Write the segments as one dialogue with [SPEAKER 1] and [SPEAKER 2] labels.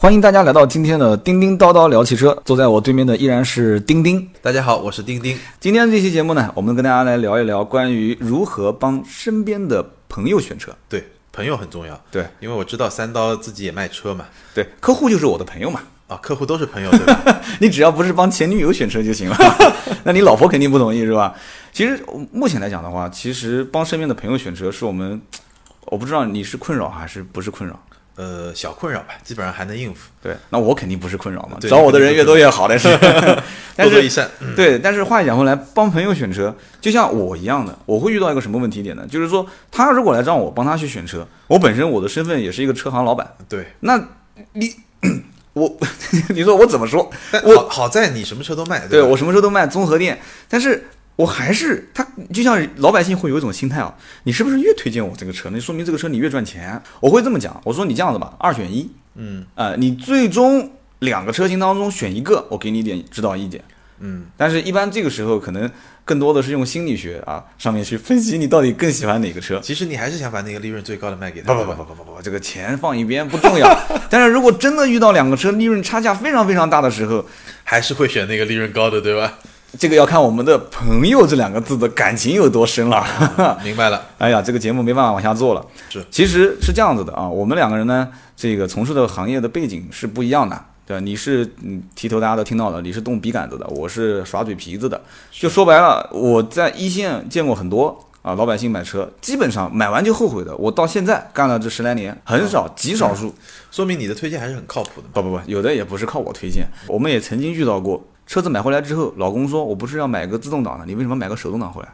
[SPEAKER 1] 欢迎大家来到今天的叮叮叨叨聊汽车。坐在我对面的依然是丁丁。
[SPEAKER 2] 大家好，我是丁丁。
[SPEAKER 1] 今天这期节目呢，我们跟大家来聊一聊关于如何帮身边的朋友选车。
[SPEAKER 2] 对，朋友很重要。
[SPEAKER 1] 对，
[SPEAKER 2] 因为我知道三刀自己也卖车嘛，
[SPEAKER 1] 对，客户就是我的朋友嘛，
[SPEAKER 2] 啊，客户都是朋友，对吧？
[SPEAKER 1] 你只要不是帮前女友选车就行了。 那你老婆肯定不同意是吧？其实我目前来讲的话，其实帮身边的朋友选车是我们，我不知道你是困扰还是不是困扰。
[SPEAKER 2] 呃，小困扰吧，基本上还能应付。
[SPEAKER 1] 对，那我肯定不是困扰嘛，
[SPEAKER 2] 对
[SPEAKER 1] 找我的人越多越好，但是， 但
[SPEAKER 2] 多多
[SPEAKER 1] 是
[SPEAKER 2] 益善，
[SPEAKER 1] 对，但是话讲回来，帮朋友选车，就像我一样的，我会遇到一个什么问题点呢？就是说，他如果来让我帮他去选车，我本身我的身份也是一个车行老板，
[SPEAKER 2] 对。
[SPEAKER 1] 那你 我你说我怎么说？
[SPEAKER 2] 但
[SPEAKER 1] 我
[SPEAKER 2] 好好在你什么车都卖，
[SPEAKER 1] 对
[SPEAKER 2] 吧
[SPEAKER 1] 我什么时候都卖综合店，但是我还是他，就像老百姓会有一种心态啊，你是不是越推荐我这个车，那说明这个车你越赚钱。我会这么讲，我说你这样子吧，二选一，
[SPEAKER 2] 嗯
[SPEAKER 1] 啊、你最终两个车型当中选一个，我给你一点指导意见。
[SPEAKER 2] 嗯，
[SPEAKER 1] 但是，一般这个时候可能更多的是用心理学啊上面去分析你到底更喜欢哪个车。
[SPEAKER 2] 其实你还是想把那个利润最高的卖给
[SPEAKER 1] 不
[SPEAKER 2] 他，
[SPEAKER 1] 不不
[SPEAKER 2] 对吧
[SPEAKER 1] 不不不不，这个钱放一边不 重要。但是如果真的遇到两个车利润差价非常非常大的时候，
[SPEAKER 2] 还是会选那个利润高的，对吧？
[SPEAKER 1] 这个要看我们的“朋友”这两个字的感情有多深了。
[SPEAKER 2] 明白了，
[SPEAKER 1] 哎呀，这个节目没办法往下做了。
[SPEAKER 2] 嗯是，
[SPEAKER 1] 其实是这样子的啊，我们两个人呢，这个从事的行业的背景是不一样的，对吧？你是嗯提头，大家都听到了，你是动笔杆子的，我是耍嘴皮子的。就说白了，我在一线见过很多。啊，老百姓买车基本上买完就后悔的，我到现在干了这十来年，很少极少数，
[SPEAKER 2] 说明你的推荐还是很靠谱的嘛。
[SPEAKER 1] 不不不，有的也不是靠我推荐，我们也曾经遇到过，车子买回来之后，老公说我不是要买个自动挡的，你为什么买个手动挡回来？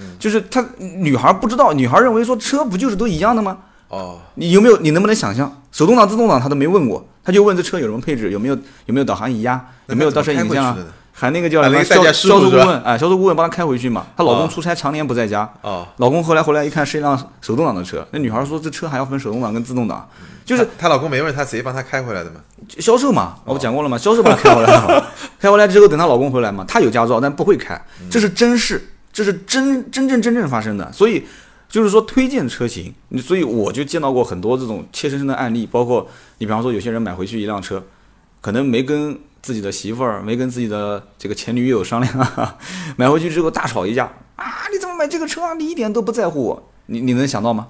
[SPEAKER 2] 嗯
[SPEAKER 1] 就是她女孩不知道，女孩认为说车不就是都一样的吗？
[SPEAKER 2] 哦，
[SPEAKER 1] 你有没有？你能不能想象手动挡、自动挡他都没问过，他就问这车有什么配置，有没有有没有导航仪呀、
[SPEAKER 2] 那
[SPEAKER 1] 有没有
[SPEAKER 2] 他
[SPEAKER 1] 倒
[SPEAKER 2] 怎
[SPEAKER 1] 车
[SPEAKER 2] 么
[SPEAKER 1] 影像
[SPEAKER 2] 开
[SPEAKER 1] 啊
[SPEAKER 2] 回去的呢？
[SPEAKER 1] 喊那个叫
[SPEAKER 2] 喊
[SPEAKER 1] 什么
[SPEAKER 2] 那个代
[SPEAKER 1] 销
[SPEAKER 2] 驾师
[SPEAKER 1] 啊销售顾
[SPEAKER 2] 傅是吧
[SPEAKER 1] 问，哎，销售顾问帮她开回去嘛。她老公
[SPEAKER 2] 啊
[SPEAKER 1] 出差常年不在家，
[SPEAKER 2] 哦，
[SPEAKER 1] 老公后来回来一看是一辆手动挡的车，那女孩说这车还要分手动挡跟自动挡，就是
[SPEAKER 2] 她她老公没问她谁帮她开回来的嘛？
[SPEAKER 1] 销售嘛，我不讲过了嘛，销售把她开回来了，开回来之后等她老公回来嘛，她有驾照但不会开，这是真事，这是真真正真正发生的，所以就是说推荐车型，你所以我就见到过很多这种切身的案例，包括你比方说有些人买回去一辆车，可能没跟自己的媳妇儿，没跟自己的这个前女友商量啊， 买回去之后大吵一架啊，你怎么买这个车啊？你一点都不在乎我，你你能想到吗？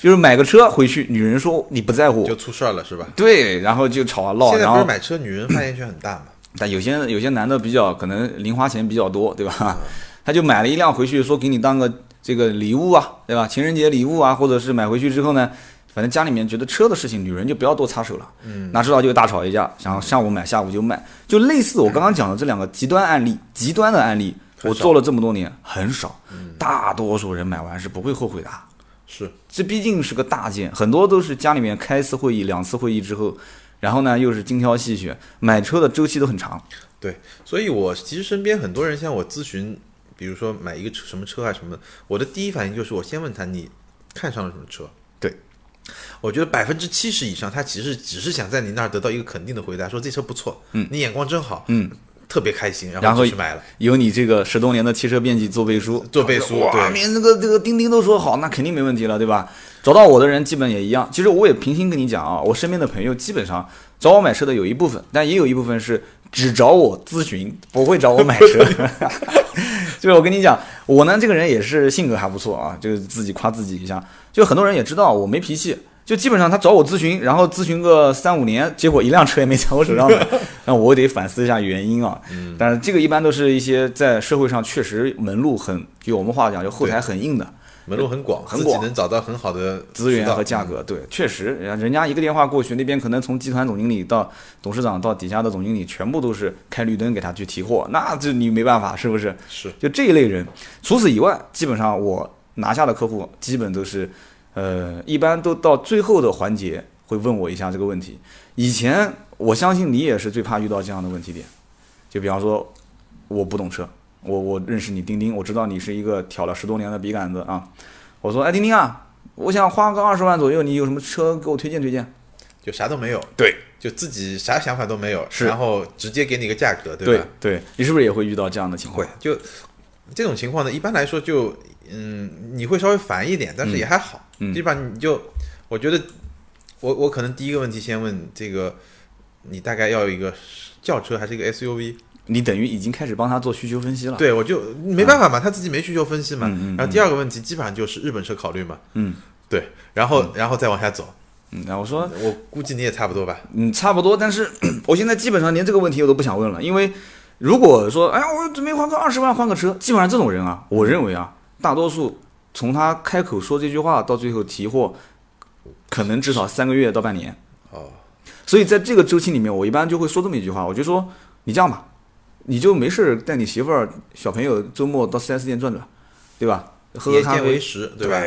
[SPEAKER 1] 就是买个车回去，女人说你不在乎我
[SPEAKER 2] 就，出事儿了是吧？
[SPEAKER 1] 对，然后就吵啊闹，
[SPEAKER 2] 现在
[SPEAKER 1] 然
[SPEAKER 2] 不是
[SPEAKER 1] 后
[SPEAKER 2] 买车，女人发言权很大嘛？
[SPEAKER 1] 但有些有些男的比较可能零花钱比较多，对
[SPEAKER 2] 嗯
[SPEAKER 1] 吧？ 他就买了一辆回去，说给你当个这个礼物啊，对吧？情人节礼物啊，或者是买回去之后呢，反正家里面觉得车的事情，女人就不要多插手了。嗯，哪知道就大吵一架，想
[SPEAKER 2] 嗯
[SPEAKER 1] 要下午买下午就卖，就类似我刚刚讲的这两个极端案例，极端的案例，
[SPEAKER 2] 嗯很
[SPEAKER 1] 我
[SPEAKER 2] 少嗯
[SPEAKER 1] 做了这么多年，很少，大多数人买完是不会后悔的。啊
[SPEAKER 2] 是，
[SPEAKER 1] 这毕竟是个大件，很多都是家里面开一次会议、两次会议之后，然后呢又是精挑细选，买车的周期都很长。
[SPEAKER 2] 对，所以我其实身边很多人向我咨询，比如说买一个车什么车啊什么的，我的第一反应就是我先问他你看上了什么车。
[SPEAKER 1] 对，
[SPEAKER 2] 我觉得百分之七十以上，他其实只是想在你那儿得到一个肯定的回答，说这车不错，嗯，你眼光真好，
[SPEAKER 1] 嗯，
[SPEAKER 2] 特别开心，
[SPEAKER 1] 然
[SPEAKER 2] 后
[SPEAKER 1] 后
[SPEAKER 2] 就去买了。
[SPEAKER 1] 有你这个十多年的汽车编辑做背书，
[SPEAKER 2] 做背书
[SPEAKER 1] 哇，
[SPEAKER 2] 对
[SPEAKER 1] 连那个这个钉钉都说好，那肯定没问题了，对吧？找到我的人基本也一样。其实我也平心跟你讲啊，我身边的朋友基本上找我买车的有一部分，但也有一部分是只找我咨询，不会找我买车。 就是我跟你讲，我呢这个人也是性格还不错啊，就是自己夸自己一下。就很多人也知道我没脾气，就基本上他找我咨询，然后咨询个三五年，结果一辆车也没在我手上买，那我得反思一下原因啊。但是这个一般都是一些在社会上确实门路很，就我们话讲，就后台很硬的。
[SPEAKER 2] 门路很广，
[SPEAKER 1] 很
[SPEAKER 2] 自己
[SPEAKER 1] 广
[SPEAKER 2] 能找到很好的
[SPEAKER 1] 资源
[SPEAKER 2] 渠道嗯
[SPEAKER 1] 和价。格，对，确实，人人家一个电话过去，那边可能从集团总经理到董事长到底下的总经理，全部都是开绿灯给他去提货，那这你没办法，是不是？
[SPEAKER 2] 是，
[SPEAKER 1] 就这一类人。除此以外，基本上我拿下的客户基本都是，呃，一般都到最后的环节会问我一下这个问题。以前我相信你也是最怕遇到这样的问题点，就比方说我不懂车，我我认识你钉钉，我知道你是一个挑了十多年的笔杆子啊，我说哎钉钉啊，我想花个二十万左右，你有什么车给我推荐推荐？
[SPEAKER 2] 就啥都没有，
[SPEAKER 1] 对
[SPEAKER 2] 就自己啥想法都没有，
[SPEAKER 1] 是
[SPEAKER 2] 然后直接给你个价格，对吧？
[SPEAKER 1] 对对，你是不是也会遇到这样的情况？
[SPEAKER 2] 会，就这种情况呢，一般来说就嗯，你会稍微烦一点，但是也还好，
[SPEAKER 1] 嗯
[SPEAKER 2] 基本上你就我觉得我我可能第一个问题先问这个你大概要一个轿车还是一个 SUV？
[SPEAKER 1] 你等于已经开始帮他做需求分析了。
[SPEAKER 2] 对，我就没办
[SPEAKER 1] 啊
[SPEAKER 2] 法嘛，他自己没需求分析嘛。然后第二个问题基本上就是日本车考虑嘛，
[SPEAKER 1] 嗯，
[SPEAKER 2] 对，然后然后再往下走，
[SPEAKER 1] 嗯，那我说，
[SPEAKER 2] 我估计你也差不多吧。
[SPEAKER 1] 嗯，差不多，但是 我现在基本上连这个问题我都不想问了，因为如果说，哎呀，我准备花个二十万换个车，基本上这种人啊，我认为啊，大多数从他开口说这句话到最后提货，可能至少三个月到半年。
[SPEAKER 2] 哦，
[SPEAKER 1] 所以在这个周期里面，我一般就会说这么一句话，我就说你这样吧，你就没事儿带你媳妇儿、小朋友周末到 4S 店转转，对吧？喝喝
[SPEAKER 2] 眼
[SPEAKER 1] 咖
[SPEAKER 2] 见为
[SPEAKER 1] 啡。
[SPEAKER 2] 实，对吧？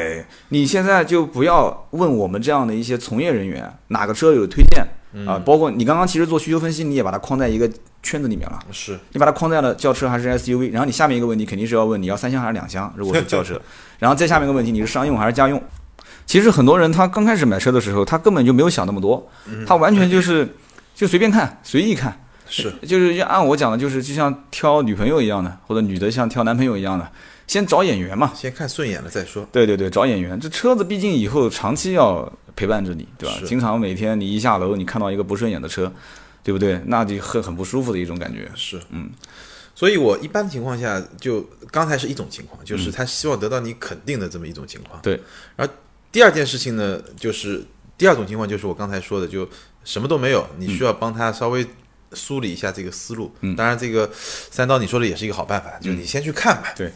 [SPEAKER 1] 你现在就不要问我们这样的一些从业人员哪个车有推荐
[SPEAKER 2] 嗯
[SPEAKER 1] 啊、包括你刚刚其实做需求分析，你也把它框在一个圈子里面了。
[SPEAKER 2] 是，
[SPEAKER 1] 你把它框在了轿车还是 SUV，然后你下面一个问题肯定是要问你要三厢还是两厢，如果是轿车， 然后再下面一个问题你是商用还是家用。其实很多人他刚开始买车的时候，他根本就没有想那么多，
[SPEAKER 2] 嗯
[SPEAKER 1] 他完全就是 就随便看、随意看，
[SPEAKER 2] 是
[SPEAKER 1] 就是就按我讲的，就是就像挑女朋友一样的，或者女的像挑男朋友一样的，先找眼缘嘛。
[SPEAKER 2] 先看顺眼了再说。
[SPEAKER 1] 对对对，找眼缘。这车子毕竟以后长期要陪伴着你，对吧？
[SPEAKER 2] 是
[SPEAKER 1] 经常每天你一下楼，你看到一个不顺眼的车，对不对？那就很很不舒服的一种感觉。
[SPEAKER 2] 是，嗯，所以我一般情况下就刚才是一种情况，就是他希望得到你肯定的这么一种情况。
[SPEAKER 1] 对，
[SPEAKER 2] 然后第二件事情呢，就是第二种情况就是我刚才说的，就什么都没有，你需要帮他稍微。梳理一下这个思路，当然这个三刀你说的也是一个好办法，就你先去看吧。
[SPEAKER 1] 对，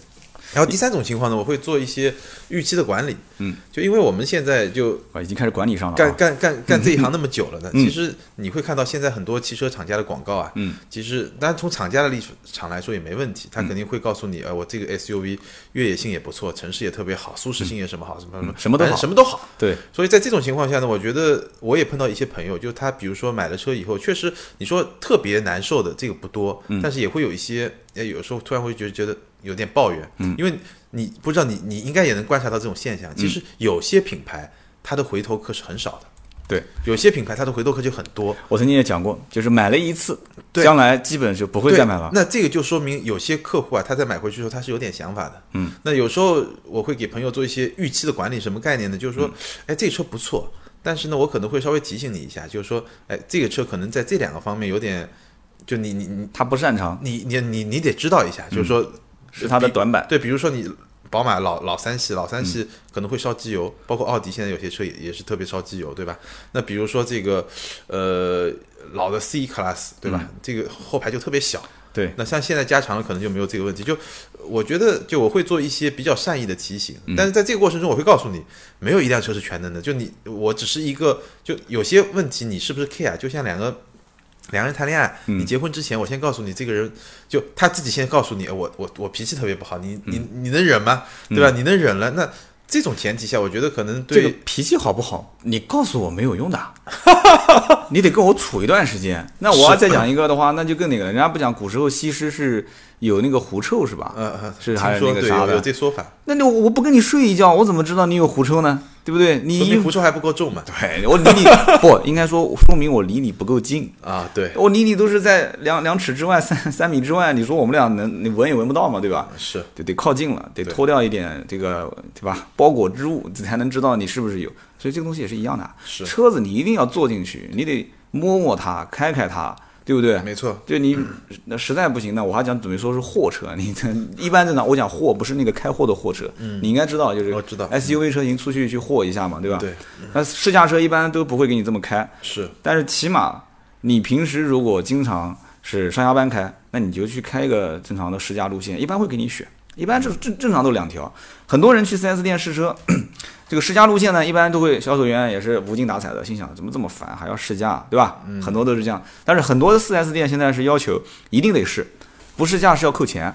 [SPEAKER 2] 然后第三种情况呢，我会做一些预期的管理。嗯，就因为我们现在就
[SPEAKER 1] 啊，已经开始管理上了、啊。
[SPEAKER 2] 干干干干这一行那么久了呢，其实你会看到现在很多汽车厂家的广告啊，
[SPEAKER 1] 嗯，
[SPEAKER 2] 其实当然从厂家的立场来说也没问题，他肯定会告诉你，呃，我这个 SUV 越野性也不错，城市也特别好，舒适性也什么好，什么什么
[SPEAKER 1] 嗯什么都好
[SPEAKER 2] 反正什么都好。
[SPEAKER 1] 对，
[SPEAKER 2] 所以在这种情况下呢，我觉得我也碰到一些朋友，就他比如说买了车以后，确实你说特别难受的这个不多，但是也会有一些，哎，有时候突然会觉得觉得有点抱怨，因为你不知道你你应该也能观察到这种现象，其实有些品牌它的回头客是很少的，
[SPEAKER 1] 对，
[SPEAKER 2] 有些品牌它的回头客就很多，
[SPEAKER 1] 我曾经也讲过，就是买了一次，
[SPEAKER 2] 对
[SPEAKER 1] 将来基本就不会
[SPEAKER 2] 对，
[SPEAKER 1] 再买了。
[SPEAKER 2] 那这个就说明有些客户啊，他在买回去的时候他是有点想法的。嗯，那有时候我会给朋友做一些预期的管理，什么概念呢？就
[SPEAKER 1] 嗯
[SPEAKER 2] 是说，哎，这车不错，但是呢，我可能会稍微提醒你一下，就是说，哎，这个车可能在这两个方面有点，就你你你
[SPEAKER 1] 他不擅长
[SPEAKER 2] 你你你你得知道一
[SPEAKER 1] 嗯
[SPEAKER 2] 下，就是说，
[SPEAKER 1] 是他的
[SPEAKER 2] 比
[SPEAKER 1] 短板。
[SPEAKER 2] 对，比如说你宝马老老三系，老三
[SPEAKER 1] 嗯
[SPEAKER 2] 系可能会烧机油，包括奥迪现在有些车也也是特别烧机油，对吧？那比如说这个呃老的 C class，对吧？
[SPEAKER 1] 嗯
[SPEAKER 2] 这个后排就特别小。
[SPEAKER 1] 对，
[SPEAKER 2] 那像现在加长了，可能就没有这个问题。就我觉得，就我会做一些比较善意的提醒，
[SPEAKER 1] 嗯
[SPEAKER 2] 但是在这个过程中，我会告诉你，没有一辆车是全能的。就你，我只是一个，就有些问题你是不是 care？就像两个两个人谈恋爱，
[SPEAKER 1] 嗯
[SPEAKER 2] 你结婚之前，我先告诉你这个人，就他自己先告诉你，哎我我我脾气特别不好，
[SPEAKER 1] 嗯
[SPEAKER 2] 你你你能忍吗？对吧？你能忍了，那这种前提下，我觉得可能
[SPEAKER 1] 这个
[SPEAKER 2] 对
[SPEAKER 1] 脾气好不好，你告诉我没有 用的，你得跟我处一段时间。那我要再讲一个的话，那就更那个了。人家不讲古时候西施是有那个狐臭是吧？
[SPEAKER 2] 呃呃，
[SPEAKER 1] 是还
[SPEAKER 2] 听
[SPEAKER 1] 有
[SPEAKER 2] 说
[SPEAKER 1] 那个
[SPEAKER 2] 对
[SPEAKER 1] 啥
[SPEAKER 2] 有有
[SPEAKER 1] 的。
[SPEAKER 2] 这说法，
[SPEAKER 1] 那你我我不跟你睡一觉，我怎么知道你有狐臭呢？对不对？你
[SPEAKER 2] 说
[SPEAKER 1] 一
[SPEAKER 2] 明狐臭还不够重嘛？
[SPEAKER 1] 对我离你不应该说，说明我离你不够近。
[SPEAKER 2] 啊，对，
[SPEAKER 1] 我离你都是在两两尺之外、 三三米之外，你说我们俩能你闻也闻不到嘛，对吧？
[SPEAKER 2] 是。
[SPEAKER 1] 得得靠近了，得脱掉一点这个，对吧？包裹之物，你才能知道你是不是有。所以这个东西也是一样的，啊
[SPEAKER 2] 是
[SPEAKER 1] 车子你一定要坐进去，你得摸摸它，开开它，对不对？
[SPEAKER 2] 没错，
[SPEAKER 1] 对你那实在不行呢，我还讲准备说是货车，你 这一般正常，我讲货不是那个开货的货车，你应该知道，就是
[SPEAKER 2] 嗯我知道
[SPEAKER 1] SUV 车型出去去货一下嘛，对吧？
[SPEAKER 2] 对，
[SPEAKER 1] 那试驾车一般都不会给你这么开，
[SPEAKER 2] 是
[SPEAKER 1] 但是起码你平时如果经常是上下班开，那你就去开一个正常的试驾路线，一般会给你选，一般正正正常都两条。很多人去 4S 店试车，这个试驾路线呢，一般都会销售员也是无精打采的，心想怎么这么烦，还要试驾，对吧？
[SPEAKER 2] 嗯
[SPEAKER 1] 很多都是这样。但是很多的 4S 店现在是要求一定得试，不试驾是要扣钱，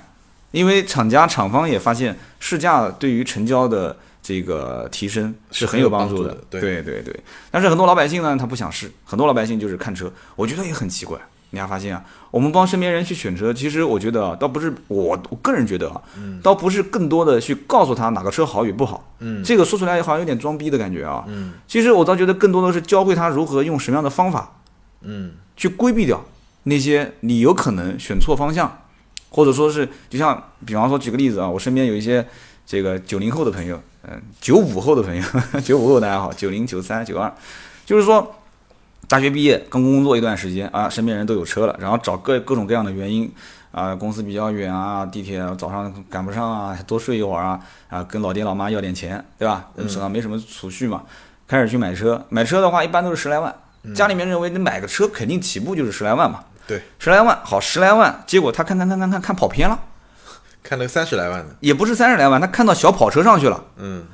[SPEAKER 1] 因为厂家厂方也发现试驾对于成交的。这个提升是很有帮助的
[SPEAKER 2] 是很有帮助的对
[SPEAKER 1] 对对对，但是很多老百姓呢，他不想试，很多老百姓就是看车，我觉得也很奇怪。你还发现啊，我们帮身边人去选车，其实我觉得啊，倒不是我我个人觉得啊，
[SPEAKER 2] 嗯
[SPEAKER 1] 倒不是更多的去告诉他哪个车好与不好，嗯，这个说出来好像有点装逼的感觉啊，嗯，其实我倒觉得更多的是教会他如何用什么样的方法，嗯，去规避掉那些你有可能选错方向，或者说是就像比方说举个例子啊，我身边有一些这个九零后的朋友，呃 嗯，九五后的朋友，九五后大家好，九零、九三、九二，就是说大学毕业刚工作一段时间啊，身边人都有车了，然后找各各种各样的原因啊，公司比较远啊，地铁早上赶不上啊，多睡一会儿啊，啊，跟老爹老妈要点钱，对吧？呃手上没什么储蓄嘛，开始去买车，买车的话一般都是十来万，家里面认为你买个车肯定起步就是十来万嘛，
[SPEAKER 2] 对，
[SPEAKER 1] 十来万好，十来万，结果他看看看看看看跑偏了，
[SPEAKER 2] 看了个三十来万的，
[SPEAKER 1] 也不是三十来万，他看到小跑车上去了。
[SPEAKER 2] 嗯，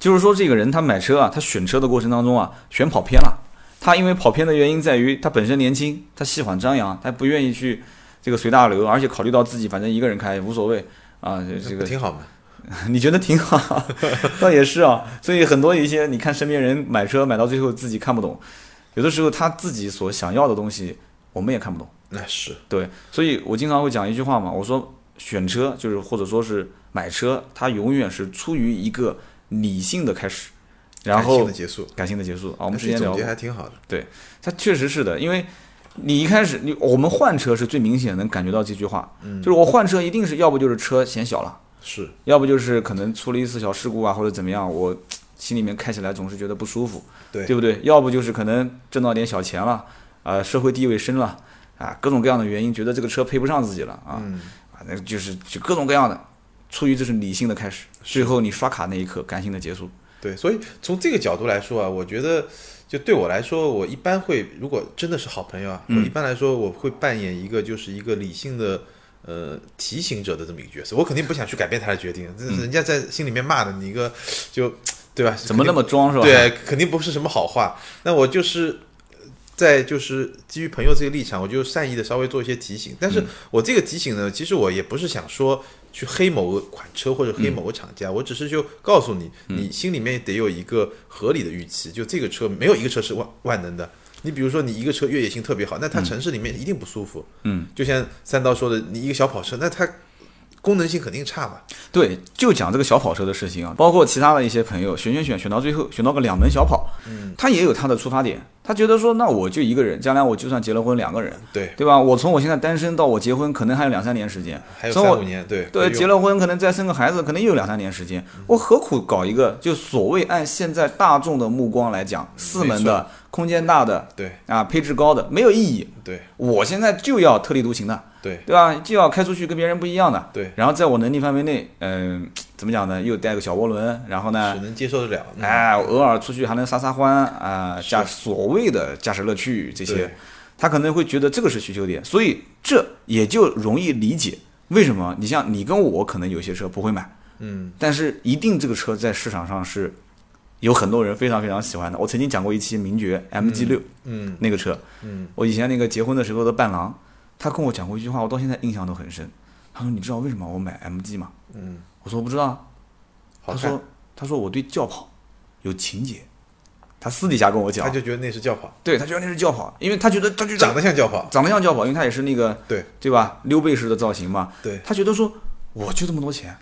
[SPEAKER 1] 就是说，这个人他买车啊，他选车的过程当中啊，选跑偏了。他因为跑偏的原因在于他本身年轻，他喜欢张扬，他不愿意去这个随大流，而且考虑到自己反正一个人开也无所谓啊，这
[SPEAKER 2] 不
[SPEAKER 1] 个
[SPEAKER 2] 挺好嘛。
[SPEAKER 1] 你觉得挺好，倒也是啊。所以很多一些你看身边人买车买到最后自己看不懂，有的时候他自己所想要的东西我们也看不懂。
[SPEAKER 2] 那是，
[SPEAKER 1] 对，所以我经常会讲一句话嘛，我说选车就是或者说是买车，它永远是出于一个理性的开始，然
[SPEAKER 2] 感性
[SPEAKER 1] 后
[SPEAKER 2] 的结束，
[SPEAKER 1] 感性的结束啊。我
[SPEAKER 2] 我
[SPEAKER 1] 们之前聊
[SPEAKER 2] 总
[SPEAKER 1] 过
[SPEAKER 2] 结，还挺好的。
[SPEAKER 1] 它确实是的，因为你一开始你我们换车是最明显能感觉到这句话，就是我换车一定是要不就是车嫌小了，
[SPEAKER 2] 是，
[SPEAKER 1] 要不就是可能出了一次小事故啊或者怎么样，我心里面开起来总是觉得不舒服，
[SPEAKER 2] 对
[SPEAKER 1] 不对？要不就是可能挣到点小钱了，啊、社会地位升了，啊，各种各样的原因，觉得这个车配不上自己了啊，
[SPEAKER 2] 嗯，
[SPEAKER 1] 啊，那就是就各种各样的，出于这是理性的开始，最后你刷卡那一刻感性的结束。
[SPEAKER 2] 对，所以从这个角度来说啊，我觉得就对我来说，我一般会如果真的是好朋友啊，
[SPEAKER 1] 嗯
[SPEAKER 2] 我一般来说我会扮演一个就是一个理性的。呃，提醒者的这么一个角色，我肯定不想去改变他的决定，这人家在心里面骂的你一个，就对吧？
[SPEAKER 1] 嗯怎么那么装是吧？，
[SPEAKER 2] 对，肯定不是什么好话。那我就是呃在就是基于朋友这个立场，我就善意的稍微做一些提醒。但
[SPEAKER 1] 嗯
[SPEAKER 2] 是我这个提醒呢，其实我也不是想说去黑某个款车或者
[SPEAKER 1] 嗯
[SPEAKER 2] 黑某个厂家，我只是就告诉你，你心里面得有一个合理的预期，就这个车没有一个车是万万能的。你比如说，你一个车越野性特别好，那它城市里面一定不舒服。
[SPEAKER 1] 嗯，
[SPEAKER 2] 就像三刀说的，你一个小跑车，那它功能性肯定差嘛。
[SPEAKER 1] 对，就讲这个小跑车的事情啊，包括其他的一些朋友选选选选到最后选到个两门小跑，嗯，他也有他的出发点，他觉得说那我就一个人，将来我就算结了婚两个人，
[SPEAKER 2] 对，
[SPEAKER 1] 对吧？我从我现在单身到我结婚可能还有两三年时间，
[SPEAKER 2] 还有
[SPEAKER 1] 从我
[SPEAKER 2] 三五年，对
[SPEAKER 1] 对，
[SPEAKER 2] 可以
[SPEAKER 1] 结
[SPEAKER 2] 用嗯
[SPEAKER 1] 了婚可能再生个孩子，可能又有两三年时间，我何苦搞一个？就所谓按现在大众的目光来讲，四门的、空间大的
[SPEAKER 2] 对
[SPEAKER 1] 啊，配置高的，没有意义。
[SPEAKER 2] 对
[SPEAKER 1] 我现在就要特立独行的，
[SPEAKER 2] 对
[SPEAKER 1] 对吧？就要开出去跟别人不一样的。
[SPEAKER 2] 对，
[SPEAKER 1] 然后在我能力范围内，嗯、怎么讲呢？又带个小涡轮，然后呢
[SPEAKER 2] 只，能接受得了。嗯
[SPEAKER 1] 哎，偶尔出去还能撒撒欢啊，
[SPEAKER 2] 是
[SPEAKER 1] 驾所谓的驾驶乐趣这些
[SPEAKER 2] 对，
[SPEAKER 1] 他可能会觉得这个是需求点，所以这也就容易理解为什么你像你跟我可能有些车不会买，
[SPEAKER 2] 嗯，
[SPEAKER 1] 但是一定这个车在市场上是有很多人非常非常喜欢的。我曾经讲过一期名爵 MG 六
[SPEAKER 2] 嗯
[SPEAKER 1] 那个车，
[SPEAKER 2] 嗯，
[SPEAKER 1] 我以前那个结婚的时候的伴郎，他跟我讲过一句话，我到现在印象都很深。他说：“你知道为什么我买 MG 吗
[SPEAKER 2] 嗯，？”
[SPEAKER 1] 我说：“我不知道啊。”
[SPEAKER 2] 好
[SPEAKER 1] 他
[SPEAKER 2] 看，
[SPEAKER 1] 说：“他说我对轿跑有情节。”他私底下跟我
[SPEAKER 2] 他
[SPEAKER 1] 讲，
[SPEAKER 2] 就觉得那是轿跑，
[SPEAKER 1] 对他觉得那是轿跑，因为他觉得他觉得
[SPEAKER 2] 长得像轿跑，
[SPEAKER 1] 长得像轿跑，因为他也是那个
[SPEAKER 2] 对
[SPEAKER 1] 对吧溜背式的造型嘛。
[SPEAKER 2] 对
[SPEAKER 1] 他觉得说，我就这么多钱，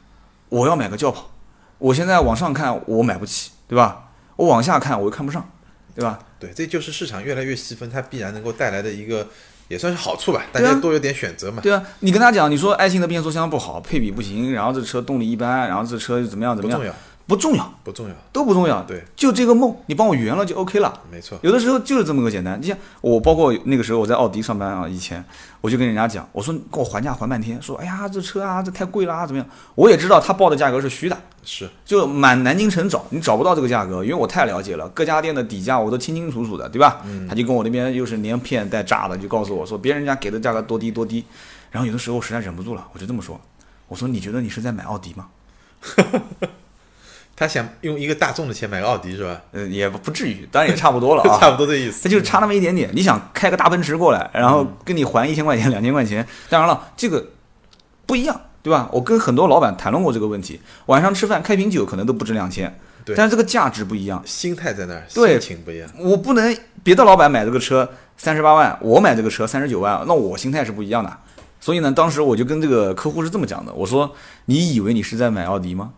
[SPEAKER 1] 我要买个轿跑。我现在往上看我买不起，对吧？我往下看我又看不上，对吧？
[SPEAKER 2] 对，这就是市场越来越细分，它必然能够带来的一个也算是好处吧，大
[SPEAKER 1] 对啊
[SPEAKER 2] 家多有点选择嘛，
[SPEAKER 1] 对啊，你跟他讲，你说爱信的变速箱不好，配比不行，然后这车动力一般，然后这车怎么样怎
[SPEAKER 2] 不
[SPEAKER 1] 么样
[SPEAKER 2] 重，要，
[SPEAKER 1] 不重要，
[SPEAKER 2] 不重要，
[SPEAKER 1] 都不重要。
[SPEAKER 2] 对，
[SPEAKER 1] 就这个梦，你帮我圆了就 OK 了。
[SPEAKER 2] 没错，
[SPEAKER 1] 有的时候就是这么个简单。你像我，包括那个时候我在奥迪上班啊，以前我就跟人家讲，我说你跟我还价还半天，说哎呀这车啊这太贵了啊怎么样？我也知道他报的价格是虚的，
[SPEAKER 2] 是
[SPEAKER 1] 就满南京城找你找不到这个价格，因为我太了解了，各家店的底价我都清清楚楚的，对吧？他就跟我那边又是连骗带诈的，就告诉我说别人家给的价格多低多低。然后有的时候我实在忍不住了，我就这么说，我说你觉得你是在买奥迪吗？
[SPEAKER 2] 他想用一个大众的钱买个奥迪是吧？
[SPEAKER 1] 呃，也不至于，当然也差不多了啊，
[SPEAKER 2] 差不多这意思，
[SPEAKER 1] 它就是差那么一点点。你想开个大奔驰过来，然后跟你还一千块钱、两千块钱，当然了，这个不一样，对吧？我跟很多老板谈论过这个问题，晚上吃饭开瓶酒可能都不止两千，
[SPEAKER 2] 对
[SPEAKER 1] 但是这个价值不一样。
[SPEAKER 2] 心态在那儿，
[SPEAKER 1] 对
[SPEAKER 2] 心情不一样，
[SPEAKER 1] 我不能别的老板买这个车三十八万，我买这个车三十九万，那我心态是不一样的。所以呢，当时我就跟这个客户是这么讲的，我说：“你以为你是在买奥迪吗？”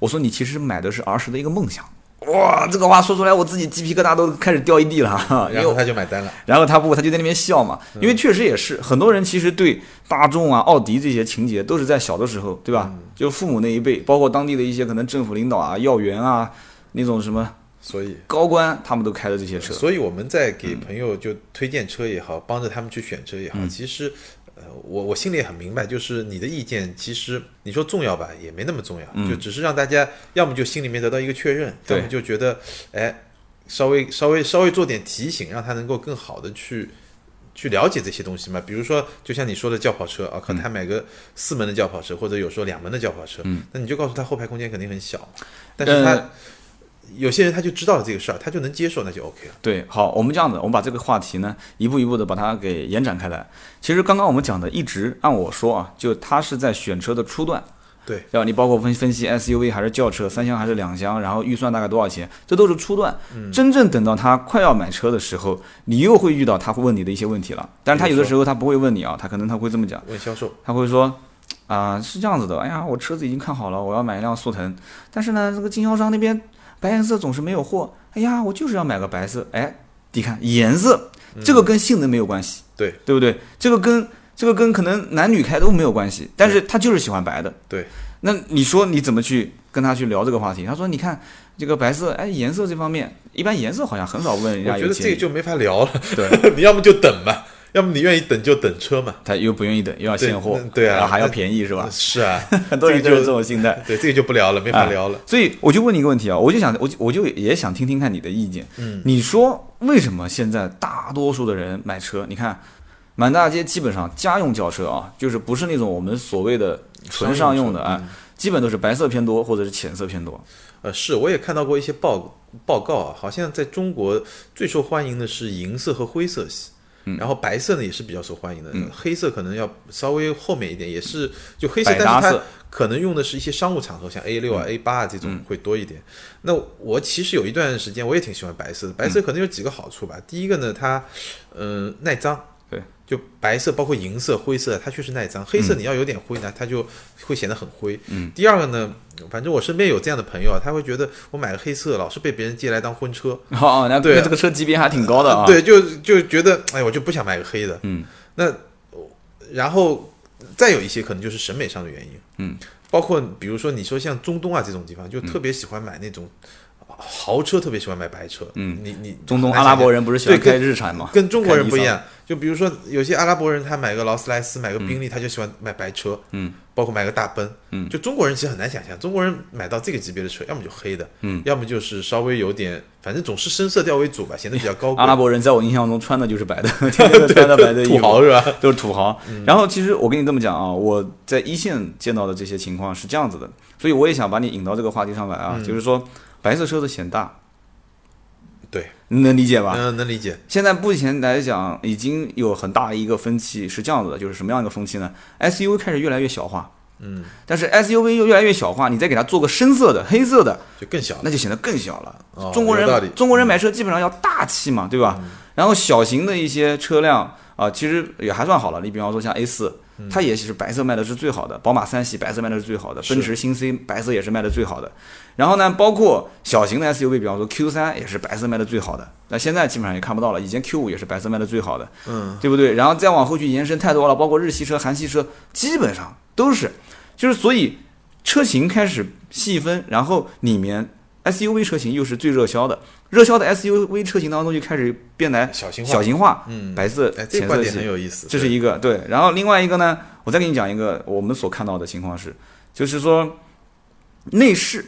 [SPEAKER 1] 我说：“你其实买的是儿时的一个梦想。”哇，这个话说出来，我自己鸡皮疙瘩都开始掉一地了。哈，因为
[SPEAKER 2] 然后嗯他就买单了，
[SPEAKER 1] 然后他不，他就在那边笑嘛，因为确实也是很多人其实对大众啊、奥迪这些情节都是在小的时
[SPEAKER 2] 嗯
[SPEAKER 1] 候，对吧？就父母那一辈，包括当地的一些可能政府领导啊、要员啊，那种什么
[SPEAKER 2] 所以
[SPEAKER 1] 高官他们都开的这些车，嗯
[SPEAKER 2] 所以我们在给朋友就推荐车也好，帮着他们去选车也好，其实，呃，我我心里也很明白，就是你的意见，其实你说重要吧，也没那么重要，就只是让大家要么就心里面得到一个确认，要
[SPEAKER 1] 嗯对
[SPEAKER 2] 么就觉得，哎，稍微稍微稍微做点提醒，让他能够更好的去。去了解这些东西嘛，比如说，就像你说的轿跑车
[SPEAKER 1] 嗯
[SPEAKER 2] 啊，可能他买个四门的轿跑车，或者有时候两门的轿跑车，
[SPEAKER 1] 嗯
[SPEAKER 2] 那你就告诉他后排空间肯定很小嘛，但
[SPEAKER 1] 呃
[SPEAKER 2] 是他、有些人他就知道了这个事儿，他就能接受，那就 OK 了。
[SPEAKER 1] 对，好，我们这样子，我们把这个话题呢，一步一步的把它给延展开来。其实刚刚我们讲的，一直按我说啊，就它是在选车的初段，
[SPEAKER 2] 对，
[SPEAKER 1] 要你包括分分析 SUV 还是轿车，三厢还是两厢，然后预算大概多少钱，这都是初段。真正等到他快要买车的时候，你又会遇到他会问你的一些问题了。但是他有的时候他不会问你啊，他可能他会这么讲，
[SPEAKER 2] 问销售，
[SPEAKER 1] 他会说。啊、是这样子的，哎呀，我车子已经看好了，我要买一辆速腾，但是呢，这个经销商那边白颜色总是没有货，哎呀，我就是要买个白色，哎，你看颜色，这个跟性能没有关系，
[SPEAKER 2] 嗯对
[SPEAKER 1] 对不对？这个跟这个跟可能男女开都没有关系，但是他就是喜欢白的，
[SPEAKER 2] 对，
[SPEAKER 1] 那你说你怎么去跟他去聊这个话题？他说：“你看这个白色，哎，颜色这方面，一般颜色好像很少问人
[SPEAKER 2] 我
[SPEAKER 1] 家
[SPEAKER 2] 觉
[SPEAKER 1] 有
[SPEAKER 2] 得这
[SPEAKER 1] 建
[SPEAKER 2] 个
[SPEAKER 1] 议。
[SPEAKER 2] 就没法聊了。
[SPEAKER 1] 对，
[SPEAKER 2] 你要么就等嘛，要么你愿意等就等车嘛。
[SPEAKER 1] 他又不愿意等，又要现货
[SPEAKER 2] 对那，对啊
[SPEAKER 1] 然后还要
[SPEAKER 2] 那
[SPEAKER 1] 便宜，是 吧？
[SPEAKER 2] 是啊，
[SPEAKER 1] 很多人就
[SPEAKER 2] 这个
[SPEAKER 1] 是
[SPEAKER 2] 就
[SPEAKER 1] 这种心态。
[SPEAKER 2] 对，这个就不聊了，没法聊了。
[SPEAKER 1] 所以我就问你一个问题啊，我就想，我就我就也想听听看你的意见。嗯，你说为什么现在大多数的人买车？你看，满大街基本上家用轿车啊，就是不是那种我们所谓的纯商用的
[SPEAKER 2] 嗯
[SPEAKER 1] 啊，基本都是白色偏多或者是浅色偏多。
[SPEAKER 2] 呃，是，我也看到过一些报报告啊，好像在中国最受欢迎的是银色和灰色系。
[SPEAKER 1] 嗯
[SPEAKER 2] 然后白色呢也是比较受欢迎的，黑色可能要稍微后面一点，也是就黑色，
[SPEAKER 1] 百
[SPEAKER 2] 但
[SPEAKER 1] 搭
[SPEAKER 2] 是它
[SPEAKER 1] 色
[SPEAKER 2] 可能用的是一些商务场合，像 A 六啊、A 八啊这种会多一点。那我其实有一段时间我也挺喜欢白色的，白色可能有几个好处吧。第一个呢，它嗯、呃耐脏，
[SPEAKER 1] 对，
[SPEAKER 2] 就白色包括银色、灰色，它确实耐脏。黑色你要有点灰呢，它就会显得很灰。嗯。第二个呢，反正我身边有这样的朋友啊，他会觉得我买了黑色，老是被别人借来当婚车，
[SPEAKER 1] 哦，那
[SPEAKER 2] 对啊
[SPEAKER 1] 那这个车级别还挺高的啊。
[SPEAKER 2] 对，就就觉得哎，我就不想买个黑的。
[SPEAKER 1] 嗯，
[SPEAKER 2] 那然后再有一些可能就是审美上的原因。
[SPEAKER 1] 嗯，
[SPEAKER 2] 包括比如说你说像中东啊这种地方，就特别喜欢买那种豪车，特别喜欢买白车。
[SPEAKER 1] 嗯，
[SPEAKER 2] 你你
[SPEAKER 1] 中东
[SPEAKER 2] 很难
[SPEAKER 1] 阿拉
[SPEAKER 2] 想象
[SPEAKER 1] 伯人不是喜欢
[SPEAKER 2] 对
[SPEAKER 1] 开
[SPEAKER 2] 跟
[SPEAKER 1] 日产吗？
[SPEAKER 2] 跟中国人不一
[SPEAKER 1] 看
[SPEAKER 2] 样，就比如说有些阿拉伯人他买个劳斯莱斯，买个宾利，他就喜欢买白车，
[SPEAKER 1] 嗯，
[SPEAKER 2] 包括买个大奔，
[SPEAKER 1] 嗯
[SPEAKER 2] 就中国人其实很难想象，中国人买到这个级别的车，要么就黑的，
[SPEAKER 1] 嗯，
[SPEAKER 2] 要么就是稍微有点，反正总是深色调为主吧，显得比较高贵，
[SPEAKER 1] 阿拉伯人在我印象中穿的就是 白的，天天都穿的白的衣服，
[SPEAKER 2] 土豪是吧？
[SPEAKER 1] 都是土豪。然后其实我跟你这么讲啊，我在一线见到的这些情况是这样子的，所以我也想把你引到这个话题上来
[SPEAKER 2] 嗯
[SPEAKER 1] 啊，就是说白色车子显大，
[SPEAKER 2] 对，
[SPEAKER 1] 你能理解吧？
[SPEAKER 2] 嗯，能理解，
[SPEAKER 1] 现在目前来讲，已经有很大一个风气是这样子的，就是什么样一个风气呢？SUV 开始越来越小化，嗯，但是 SUV 又越来越小化，你再给它做个深色的、黑色的，
[SPEAKER 2] 就更小了。
[SPEAKER 1] 那就显得更小了。
[SPEAKER 2] 哦
[SPEAKER 1] 中国
[SPEAKER 2] 有道理嗯
[SPEAKER 1] 人中国人买车基本上要大气嘛，对吧？然后小型的一些车辆啊、其实也还算好了。你比方说像 A 四、
[SPEAKER 2] 嗯
[SPEAKER 1] 它也是白色卖的是最好的，宝马三系白色卖的是最好的，
[SPEAKER 2] 是
[SPEAKER 1] 奔驰新 C 白色也是卖的最好的。然后呢，包括小型的 SUV，比方说 Q 三也是白色卖的最好的。那现在基本上也看不到了，以前 Q 五也是白色卖的最好的，
[SPEAKER 2] 嗯，
[SPEAKER 1] 对不对？然后再往后去延伸太多了，包括日系车、韩系车，基本上都是，就是所以车型开始细分，然后里面 SUV 车型又是最热销的，热销的 SUV 车型当中就开始变来
[SPEAKER 2] 小型化
[SPEAKER 1] 小型化，
[SPEAKER 2] 嗯
[SPEAKER 1] 白色、
[SPEAKER 2] 哎，这个
[SPEAKER 1] 浅
[SPEAKER 2] 观
[SPEAKER 1] 色
[SPEAKER 2] 点很
[SPEAKER 1] 系，
[SPEAKER 2] 有意思，
[SPEAKER 1] 呃这是
[SPEAKER 2] 对
[SPEAKER 1] 一个对。然后另外一个呢，我再给你讲一个我们所看到的情况是，就是说内饰，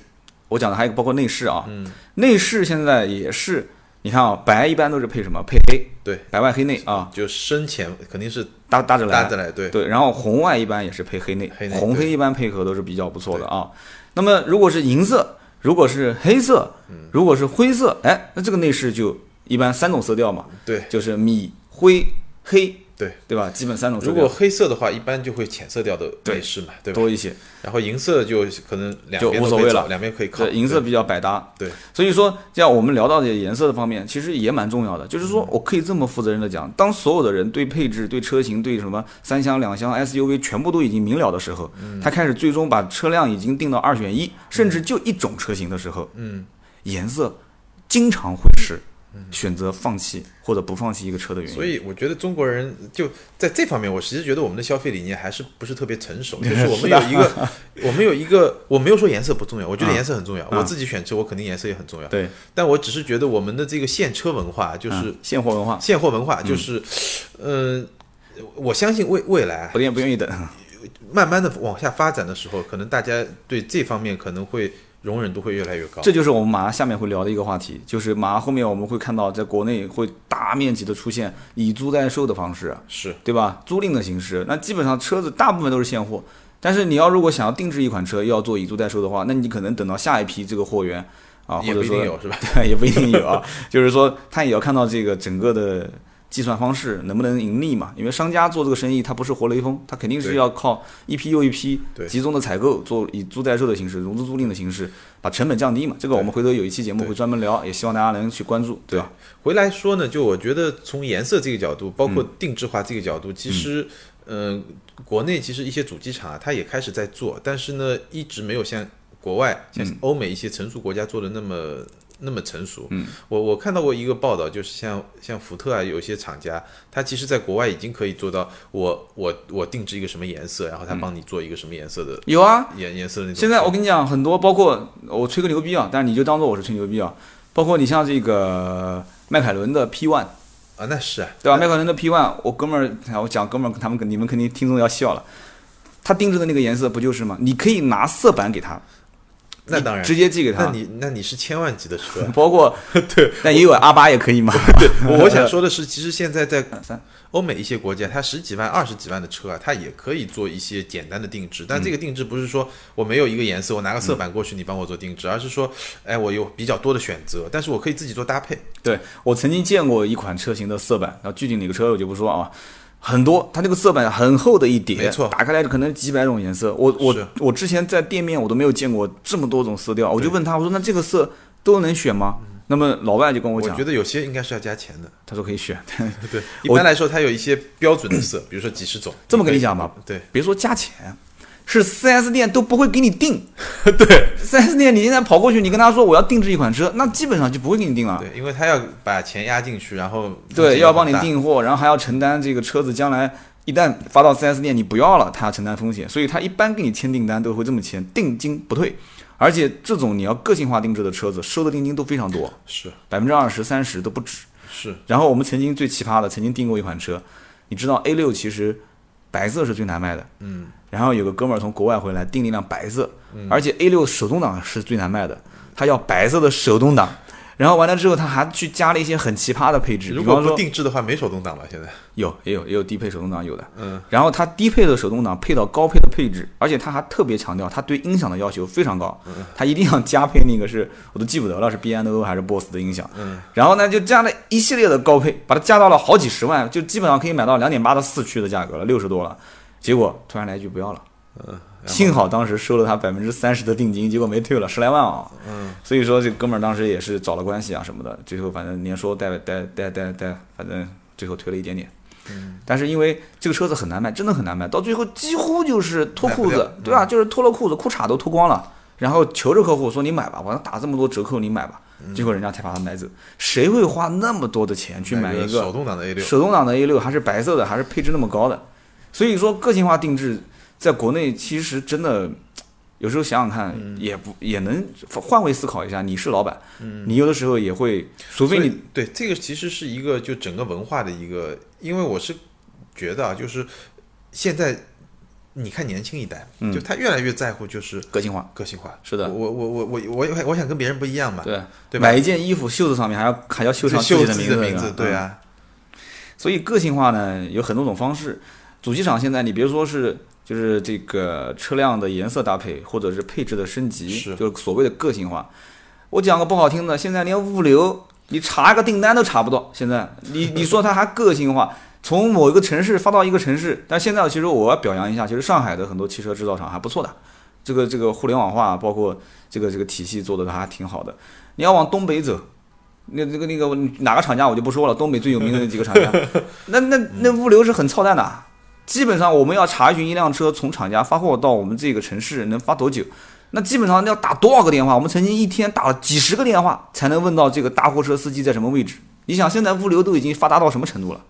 [SPEAKER 1] 我讲的还有包括内饰啊，
[SPEAKER 2] 嗯
[SPEAKER 1] 内饰现在也是，你看啊，白一般都是配什么？配黑，
[SPEAKER 2] 对，
[SPEAKER 1] 白外黑内啊，
[SPEAKER 2] 就深浅肯定是
[SPEAKER 1] 搭搭着来，
[SPEAKER 2] 搭着来，对，
[SPEAKER 1] 对，然后红外一般也是配黑内
[SPEAKER 2] 黑，内
[SPEAKER 1] 红
[SPEAKER 2] 对
[SPEAKER 1] 黑一般配合都是比较不错的啊。那么如果是银色，如果是黑色，
[SPEAKER 2] 嗯
[SPEAKER 1] 如果是灰色，哎，那这个内饰就一般三种色调嘛，
[SPEAKER 2] 对
[SPEAKER 1] 就是米、灰、黑，
[SPEAKER 2] 对
[SPEAKER 1] 对吧？基本三种色
[SPEAKER 2] 如果
[SPEAKER 1] 调
[SPEAKER 2] 黑色的话，一般就会浅色调的
[SPEAKER 1] 对
[SPEAKER 2] 内饰嘛，对吧？
[SPEAKER 1] 多一些，
[SPEAKER 2] 然后银色就可能两
[SPEAKER 1] 就
[SPEAKER 2] 边
[SPEAKER 1] 无
[SPEAKER 2] 都
[SPEAKER 1] 所
[SPEAKER 2] 可以
[SPEAKER 1] 谓
[SPEAKER 2] 找
[SPEAKER 1] 了
[SPEAKER 2] 两边可以靠
[SPEAKER 1] 对，银色比较百搭。
[SPEAKER 2] 对，
[SPEAKER 1] 所以说，像我们聊到的颜色的方面，其实也蛮重要
[SPEAKER 2] 嗯
[SPEAKER 1] 的。就是说我可以这么负责任的讲，当所有的人对配置、对车型、对什么三厢、两厢、SUV 全部都已经明了的时候，
[SPEAKER 2] 嗯
[SPEAKER 1] 他开始最终把车辆已经定到二选一，甚至就一种车型的时候，
[SPEAKER 2] 嗯，
[SPEAKER 1] 颜色经常会是选择放弃或者不放弃一个车的原因。
[SPEAKER 2] 所以我觉得中国人就在这方面，我其实觉得我们的消费理念还是不是特别成 熟，就是我们有一个，我们有一个，我没有说颜色不重要，我觉得颜色很重要，我自己选车我肯定颜色也很重要，
[SPEAKER 1] 啊对，
[SPEAKER 2] 但我只是觉得我们的这个现车文化就
[SPEAKER 1] 嗯
[SPEAKER 2] 是
[SPEAKER 1] 现货文化，
[SPEAKER 2] 现货文化就是，嗯，我相信未未来
[SPEAKER 1] 不愿不愿意等，
[SPEAKER 2] 慢慢的往下发展的时候，可能大家对这方面可能会容忍度会越来越高。
[SPEAKER 1] 这就是我们马上下面会聊的一个话题，就是马上后面我们会看到，在国内会大面积的出现以租代售的方式，
[SPEAKER 2] 是
[SPEAKER 1] 对吧？租赁的形式，那基本上车子大部分都是现货。但是你要如果想要定制一款车，又要做以租代售的话，那你可能等到下一批这个货源啊，或
[SPEAKER 2] 也不
[SPEAKER 1] 者
[SPEAKER 2] 一定
[SPEAKER 1] 说
[SPEAKER 2] 有是吧？
[SPEAKER 1] 对， 也不一定有啊。就是说，他也要看到这个整个的计算方式能不能盈利嘛。因为商家做这个生意，他不是活雷锋，他肯定是
[SPEAKER 2] 对
[SPEAKER 1] 要靠一批又一批
[SPEAKER 2] 对
[SPEAKER 1] 集中的采购，做以租代售的形式、融资租赁的形式，把成本降低嘛。这个我们回头有一期节目会专门聊，也希望大家能去关注，对吧？
[SPEAKER 2] 回来说呢，就我觉得从颜色这个角
[SPEAKER 1] 嗯
[SPEAKER 2] 度，包括定制化这个角度，其实，嗯、国内其实一些主机厂啊，它也开始在做，但是呢，一直没有像国外、像
[SPEAKER 1] 嗯
[SPEAKER 2] 欧美一些成熟国家做的那么。那么成熟，嗯，我我看到过一个报道，就是像像福特啊，有一些厂家，它其实在国外已经可以做到我我我定制一个什么颜色，然后它帮你做一个什么颜色的
[SPEAKER 1] 有啊，
[SPEAKER 2] 颜颜色的那
[SPEAKER 1] 嗯
[SPEAKER 2] 种。
[SPEAKER 1] 现在我跟你讲，很多包括我吹个牛逼啊，但是你就当做我是吹牛逼啊。包括你像这个迈凯伦的 P One，
[SPEAKER 2] 啊，那是啊，
[SPEAKER 1] 对吧？迈凯伦的 P One，我哥们儿，哎我讲哥们儿，他们肯你们肯定听众要笑了。他定制的那个颜色不就是吗？你可以拿色板给他，
[SPEAKER 2] 那当然，
[SPEAKER 1] 直接寄给
[SPEAKER 2] 那
[SPEAKER 1] 他。
[SPEAKER 2] 你那你是千万级的车啊，
[SPEAKER 1] 包括
[SPEAKER 2] 对，
[SPEAKER 1] 那也有 R 八也可 以嘛。
[SPEAKER 2] 我我想说的是，其实现在在
[SPEAKER 1] 三
[SPEAKER 2] 欧美一些国家，它十几万、二十几万的车啊，它也可以做一些简单的定制。但
[SPEAKER 1] 嗯
[SPEAKER 2] 这个定制不是说我没有一个颜色，我拿个色板过去，你帮我做定制，而是说，哎，我有比较多的选择，但是我可以自己做搭配。
[SPEAKER 1] 对我曾经见过一款车型的色板，然后具体哪个车我就不说啊，很多，它这个色板很厚的一叠，
[SPEAKER 2] 没错
[SPEAKER 1] 打开来可能几百种颜色。我我
[SPEAKER 2] 是
[SPEAKER 1] 我之前在店面我都没有见过这么多种色调，我就问他，我说那这个色都能选吗？那么老外就跟我
[SPEAKER 2] 嗯我
[SPEAKER 1] 讲
[SPEAKER 2] 觉，得有些应该是要加钱的。
[SPEAKER 1] 他说可以选。
[SPEAKER 2] 对，一般来说它有一些标准的色，比如说几十种。
[SPEAKER 1] 这么跟你
[SPEAKER 2] 可以
[SPEAKER 1] 讲吧，
[SPEAKER 2] 对，
[SPEAKER 1] 别说加钱，是 4S 店都不会给你定。 对，4S 店你现在跑过去，你跟他说我要定制一款车，那基本上就不会给你定了。
[SPEAKER 2] 对，因为它要把钱压进去，然后
[SPEAKER 1] 对，要帮你
[SPEAKER 2] 定。
[SPEAKER 1] 订货，然后还要承担这个车子将来一旦发到 4S 店你不要了，他要承担风险，所以他一般给你签订单都会这么签，定金不退。而且这种你要个性化定制的车子，收的定金都非常多，
[SPEAKER 2] 是
[SPEAKER 1] 百分之二十、三十都不止。
[SPEAKER 2] 是，
[SPEAKER 1] 然后我们曾经最奇葩的，曾经订过一款车，你知道 A 六其实白色是最难卖的，
[SPEAKER 2] 嗯，
[SPEAKER 1] 然后有个哥们儿从国外回来订了一辆白色，而且 A 六手动挡是最难卖的，他要白色的手动挡。然后完了之后，他还去加了一些很奇葩的配置，
[SPEAKER 2] 如
[SPEAKER 1] 比
[SPEAKER 2] 果
[SPEAKER 1] 方
[SPEAKER 2] 不
[SPEAKER 1] 说
[SPEAKER 2] 定制的话，没手动挡吧？现在
[SPEAKER 1] 有也有也有低配手动挡有的，
[SPEAKER 2] 嗯，
[SPEAKER 1] 然后它低配的手动挡配到高配的配置，而且它还特别强调它对音响的要求非常高，
[SPEAKER 2] 嗯
[SPEAKER 1] 它一定要加配那个是我都记不得了是 B N O 还是 BOSS 的音响，
[SPEAKER 2] 嗯，
[SPEAKER 1] 然后呢就加了一系列的高配，把它加到了好几十万，就基本上可以买到两点八的四驱的价格了，六十多了，结果突然来一句不要了。幸好当时收了他百分之三十的定金，结果没退了十来万啊。嗯，所以说这哥们儿当时也是找了关系啊什么的，最后反正连说带带带带带，反正最后退了一点点。但是因为这个车子很难卖，真的很难卖，到最后几乎就是脱裤
[SPEAKER 2] 卖
[SPEAKER 1] 子
[SPEAKER 2] 不掉，
[SPEAKER 1] 对吧？就是脱了裤子，裤衩都脱光了，然后求着客户说你买吧，我打这么多折扣，你买吧。结果人家才把它买走，谁会花那么多的钱去买
[SPEAKER 2] 个
[SPEAKER 1] 一
[SPEAKER 2] 手
[SPEAKER 1] 个
[SPEAKER 2] 动挡的 A 六，
[SPEAKER 1] 手动挡的 A 六，还是白色的，还是配置那么高的？所以说个性化定制在国内其实真的。有时候想想看，
[SPEAKER 2] 嗯
[SPEAKER 1] 也不也能换位思考一下。你是老板，你有的时候也会，除非
[SPEAKER 2] 嗯所
[SPEAKER 1] 你
[SPEAKER 2] 以对这个其实是一个就整个文化的一个，因为我是觉得啊，就是现在你看年轻一代，就他越来越在乎就是
[SPEAKER 1] 个性化，
[SPEAKER 2] 个性化。
[SPEAKER 1] 嗯是的
[SPEAKER 2] 我我我我我我我想跟别人不一样嘛，
[SPEAKER 1] 对
[SPEAKER 2] 对吧
[SPEAKER 1] 买一件衣服，袖子上面还要还要绣
[SPEAKER 2] 就
[SPEAKER 1] 上
[SPEAKER 2] 秀
[SPEAKER 1] 的
[SPEAKER 2] 自己
[SPEAKER 1] 字，
[SPEAKER 2] 名字，
[SPEAKER 1] 吧
[SPEAKER 2] 对。啊，
[SPEAKER 1] 所以个性化呢有很多种方式。主机厂现在你别说是就是这个车辆的颜色搭配，或者是配置的升级，
[SPEAKER 2] 是
[SPEAKER 1] 就是所谓的个性化。我讲个不好听的，现在连物流你查个订单都查不到。现在你你说它还个性化， 从某一个城市发到一个城市，但现在其实我要表扬一下，其实上海的很多汽车制造厂还不错的，这个这个互联网化，包括这个这个体系做的还挺好的。你要往东北走，那这个那个哪个厂家我就不说了，东北最有名的那几个厂家，那那那物流是很操蛋的啊。基本上我们要查询一辆车从厂家发货到我们这个城市能发多久，那基本上要打多少个电话？我们曾经一天打了几十个电话，才能问到这个大货车司机在什么位置。你想，现在物流都已经发达到什么程度了，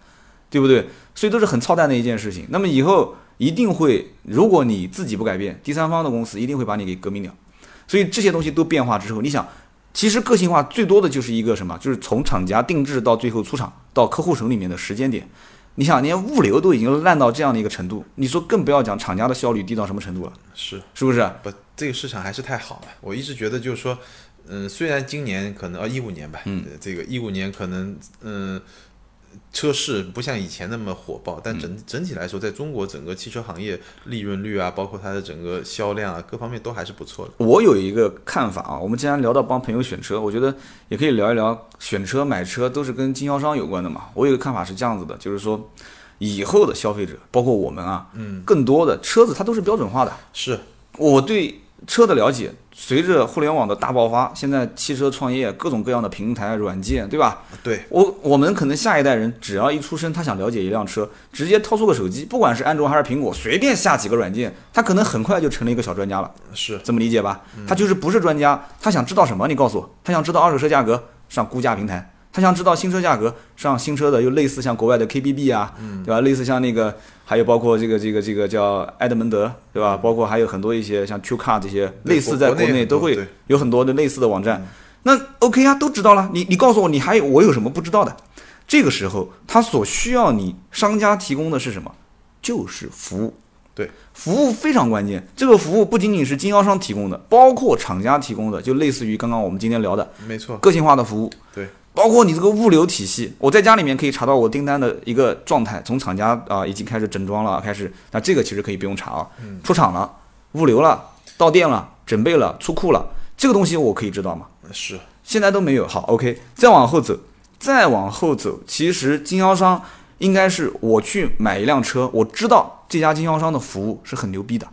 [SPEAKER 1] 对不对？所以都是很操蛋的一件事情。那么以后一定会，如果你自己不改变，第三方的公司一定会把你给革命掉。所以这些东西都变化之后，你想，其实个性化最多的就是一个什么？就是从厂家定制到最后出厂到客户手里面的时间点。你想，连物流都已经烂到这样的一个程度，你说更不要讲厂家的效率低到什么程度了，
[SPEAKER 2] 是
[SPEAKER 1] 是啊不是？
[SPEAKER 2] 不，这个市场还是太好了。我一直觉得就是说，嗯，虽然今年可能啊一五年吧，嗯，这个一五年可能嗯。车市不像以前那么火爆，但整整体来说，在中国整个汽车行业利润率啊，包括它的整个销量啊，各方面都还是不错的。
[SPEAKER 1] 我有一个看法啊，我们既然聊到帮朋友选车，我觉得也可以聊一聊选车、买车都是跟经销商有关的嘛。我有个看法是这样子的，就是说以后的消费者，包括我们啊，嗯，更多的车子它都是标准化的。
[SPEAKER 2] 是，
[SPEAKER 1] 我对车的了解，随着互联网的大爆发，现在汽车创业各种各样的平台、软件，对吧？
[SPEAKER 2] 对，
[SPEAKER 1] 我我们可能下一代人只要一出生，他想了解一辆车，直接掏出个手机，不管是安卓还是苹果，随便下几个软件，他可能很快就成了一个小专家了。
[SPEAKER 2] 是，
[SPEAKER 1] 这么理解吧？他就是不是专家，他想知道什么？你告诉我，他想知道二手车价格，上估价平台；他想知道新车价格，上新车的又类似像国外的 KBB 啊，
[SPEAKER 2] 嗯
[SPEAKER 1] 对吧？类似像那个，还有包括这个这个这个叫埃德蒙德，对吧？包括还有很多一些像 QCar 这些
[SPEAKER 2] 对
[SPEAKER 1] 类似在国
[SPEAKER 2] 国国内
[SPEAKER 1] 内
[SPEAKER 2] 很
[SPEAKER 1] 都
[SPEAKER 2] 多
[SPEAKER 1] 会
[SPEAKER 2] 对嗯
[SPEAKER 1] 有很多的类似的网站。那 OK 啊，都知道了，你你告诉我，你还有我有什么不知道的？这个时候，他所需要你商家提供的是什么？就是服务。
[SPEAKER 2] 对，
[SPEAKER 1] 服务非常关键。这个服务不仅仅是经销商提供的，包括厂家提供的，就类似于刚刚我们今天聊的
[SPEAKER 2] 没错，
[SPEAKER 1] 个性化的服务，
[SPEAKER 2] 哦对，
[SPEAKER 1] 包括你这个物流体系。我在家里面可以查到我订单的一个状态，从厂家啊、已经开始整装了，开始那这个其实可以不用查啊，出厂了，物流了，到店了，准备了，出库了，这个东西我可以知道吗？
[SPEAKER 2] 是，
[SPEAKER 1] 现在都没有。好，OK，再往后走，再往后走，其实经销商应该是我去买一辆车，我知道这家经销商的服务是很牛逼的，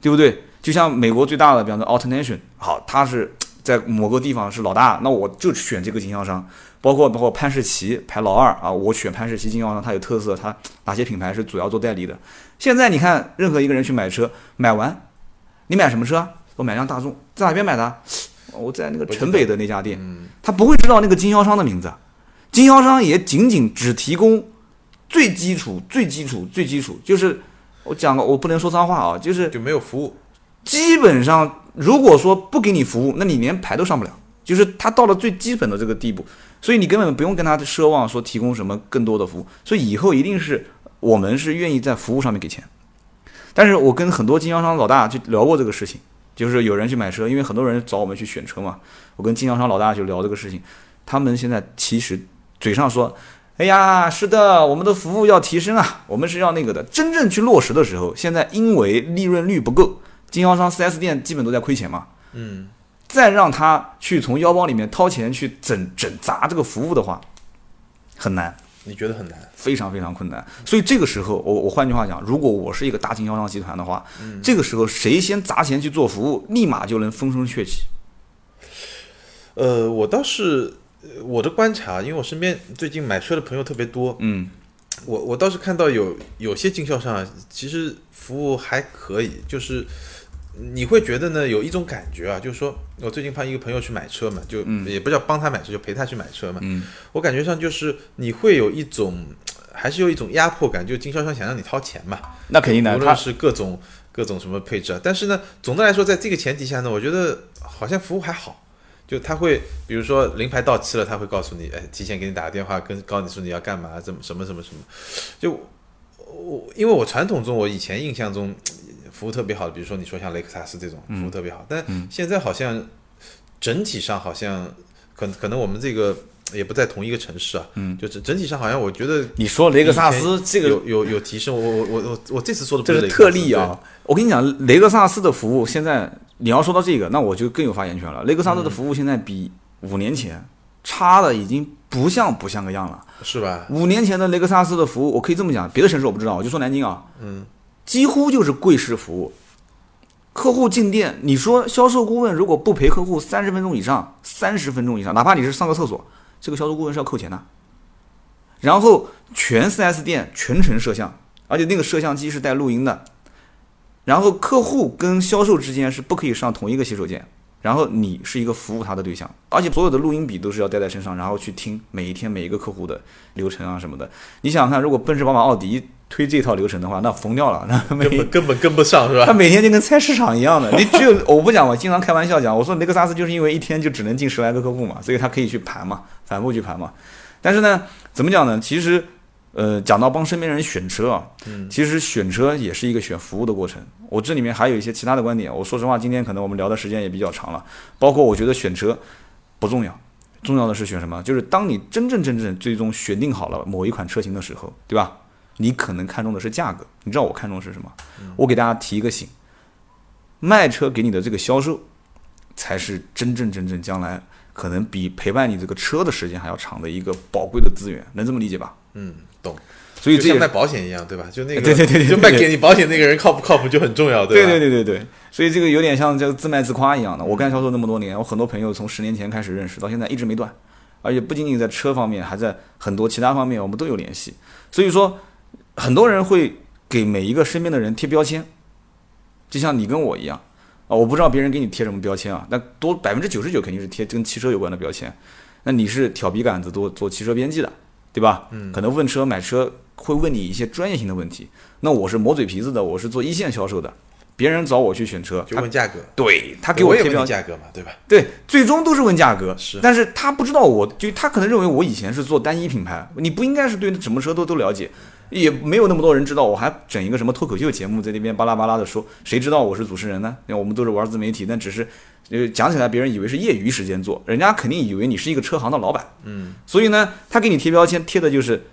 [SPEAKER 1] 对不对？就像美国最大的，比方说 AutoNation，好，它是在某个地方是老大，那我就选这个经销商。包括包括潘世奇排老二啊，我选潘世奇经销商，它有特色，它哪些品牌是主要做代理的？现在你看，任何一个人去买车，买完，你买什么车啊？我买辆大众，在哪边买的啊？我在那个城北的那家店，他不会知道那个经销商的名字，啊经销商也仅仅只提供最基础、最基础、最基础，就是我讲个我不能说脏话啊，就是
[SPEAKER 2] 就没有服务。
[SPEAKER 1] 基本上如果说不给你服务，那你连牌都上不了。就是他到了最基本的这个地步，所以你根本不用跟他奢望说提供什么更多的服务。所以以后一定是我们是愿意在服务上面给钱。但是我跟很多经销商老大去聊过这个事情，就是有人去买车，因为很多人找我们去选车嘛，我跟经销商老大去聊这个事情，他们现在其实嘴上说。哎呀，是的，我们的服务要提升啊，我们是要那个的。真正去落实的时候，现在因为利润率不够，经销商 4S 店基本都在亏钱嘛。
[SPEAKER 2] 嗯，
[SPEAKER 1] 再让他去从腰包里面掏钱去整整砸这个服务的话，很难，
[SPEAKER 2] 你觉得很难？
[SPEAKER 1] 非常非常困难。所以这个时候，我我换句话讲，如果我是一个大经销商集团的话，这个时候谁先砸钱去做服务，立马就能风生鹊起。
[SPEAKER 2] 呃，我倒是呃我的观察，因为我身边最近买车的朋友特别多，
[SPEAKER 1] 嗯，
[SPEAKER 2] 我我倒是看到有有些经销商啊，其实服务还可以，就是你会觉得呢，有一种感觉啊，就是说我最近帮一个朋友去买车嘛，就也不叫帮他买车，就陪他去买车嘛，
[SPEAKER 1] 嗯
[SPEAKER 2] 我感觉上就是你会有一种。还是有一种压迫感，就经销商想让你掏钱嘛，
[SPEAKER 1] 那肯定
[SPEAKER 2] 无
[SPEAKER 1] 的，
[SPEAKER 2] 论
[SPEAKER 1] 他
[SPEAKER 2] 是各种各种什么配置啊。但是呢，总的来说，在这个前提下呢，我觉得好像服务还好。就他会，比如说临牌到期了，他会告诉你，哎，提前给你打个电话，跟告诉你说你要干嘛，怎么什么什么什么。就我，因为我传统中，我以前印象中呃服务特别好的，比如说你说像雷克萨斯这种
[SPEAKER 1] 嗯
[SPEAKER 2] 服务特别好，但现在好像整体上好像可可能我们这个也不在同一个城市啊，嗯，就是整体上好像我觉得
[SPEAKER 1] 你说雷克萨斯这个
[SPEAKER 2] 有有有提升，我我我我我这次说的不
[SPEAKER 1] 这是
[SPEAKER 2] 雷
[SPEAKER 1] 特
[SPEAKER 2] 克萨斯
[SPEAKER 1] 例啊！我跟你讲，雷克萨斯的服务现在，你要说到这个，那我就更有发言权了。雷克萨斯的服务现在比五年前差的已经不像不像个样了。
[SPEAKER 2] 对是吧？
[SPEAKER 1] 五年前的雷克萨斯的服务，我可以这么讲，别的城市我不知道，我就说南京啊，嗯，几乎就是柜式服务。客户进店，你说销售顾问如果不陪客户三十分钟以上，三十分钟以上，哪怕你是上个厕所，这个销售顾问是要扣钱的。然后全 4S 店全程摄像，而且那个摄像机是带录音的，然后客户跟销售之间是不可以上同一个洗手间，然后你是一个服务他的对象，而且所有的录音笔都是要带在身上，然后去听每一天每一个客户的流程啊什么的。你想想看，如果奔驰、宝马、奥迪推这套流程的话，那疯掉了，那每
[SPEAKER 2] 根本根本跟不上是吧？
[SPEAKER 1] 他每天就跟菜市场一样的，你只有 我不讲，我经常开玩笑讲，我说雷克萨斯就是因为一天就只能进十来个客户嘛，所以他可以去盘嘛，反复去盘嘛。但是呢，怎么讲呢？其实，呃，讲到帮身边人选车啊，
[SPEAKER 2] 嗯
[SPEAKER 1] 其实选车也是一个选服务的过程。我这里面还有一些其他的观点，我说实话，今天可能我们聊的时间也比较长了，包括我觉得选车不重要。重要的是选什么？就是当你真正真正最终选定好了某一款车型的时候，对吧？你可能看中的是价格，你知道我看中的是什么？
[SPEAKER 2] 嗯
[SPEAKER 1] 我给大家提一个醒：卖车给你的这个销售，才是真正真正将来可能比陪伴你这个车的时间还要长的一个宝贵的资源，能这么理解吧？
[SPEAKER 2] 嗯，懂。
[SPEAKER 1] 所以
[SPEAKER 2] 就
[SPEAKER 1] 这也
[SPEAKER 2] 像
[SPEAKER 1] 是
[SPEAKER 2] 卖保险一样，对吧？就那个，
[SPEAKER 1] 对对对对对
[SPEAKER 2] 就卖给你保险那个人靠不靠谱就很重要，吧？
[SPEAKER 1] 对对对对对，所以这个有点像叫自卖自夸一样的。我干销售那么多年，我很多朋友从十年前开始认识，到现在一直没断，而且不仅仅在车方面，还在很多其他方面我们都有联系。所以说，很多人会给每一个身边的人贴标签，就像你跟我一样啊，我不知道别人给你贴什么标签啊，那多百分之九十九肯定是贴跟汽车有关的标签。那你是挑笔杆子做做汽车编辑的，对吧？嗯，可能问车买车会问你一些专业性的问题。那我是磨嘴皮子的，我是做一线销售的，别人找我去选车，
[SPEAKER 2] 就
[SPEAKER 1] 他
[SPEAKER 2] 问价格，
[SPEAKER 1] 对他
[SPEAKER 2] 他
[SPEAKER 1] 给我
[SPEAKER 2] 也
[SPEAKER 1] 贴
[SPEAKER 2] 问
[SPEAKER 1] 标
[SPEAKER 2] 你，价格嘛，对吧？
[SPEAKER 1] 对，最终都是问价格。
[SPEAKER 2] 是
[SPEAKER 1] 但是他不知道我，就他可能认为我以前是做单一品牌，你不应该是对什么车都都了解，也没有那么多人知道。我还整一个什么脱口秀节目在那边巴拉巴拉的说，谁知道我是主持人呢？因为我们都是玩自媒体，但只是呃讲起来，别人以为是业余时间做，人家肯定以为你是一个车行的老板。嗯，所以呢，他给你贴标签贴的就是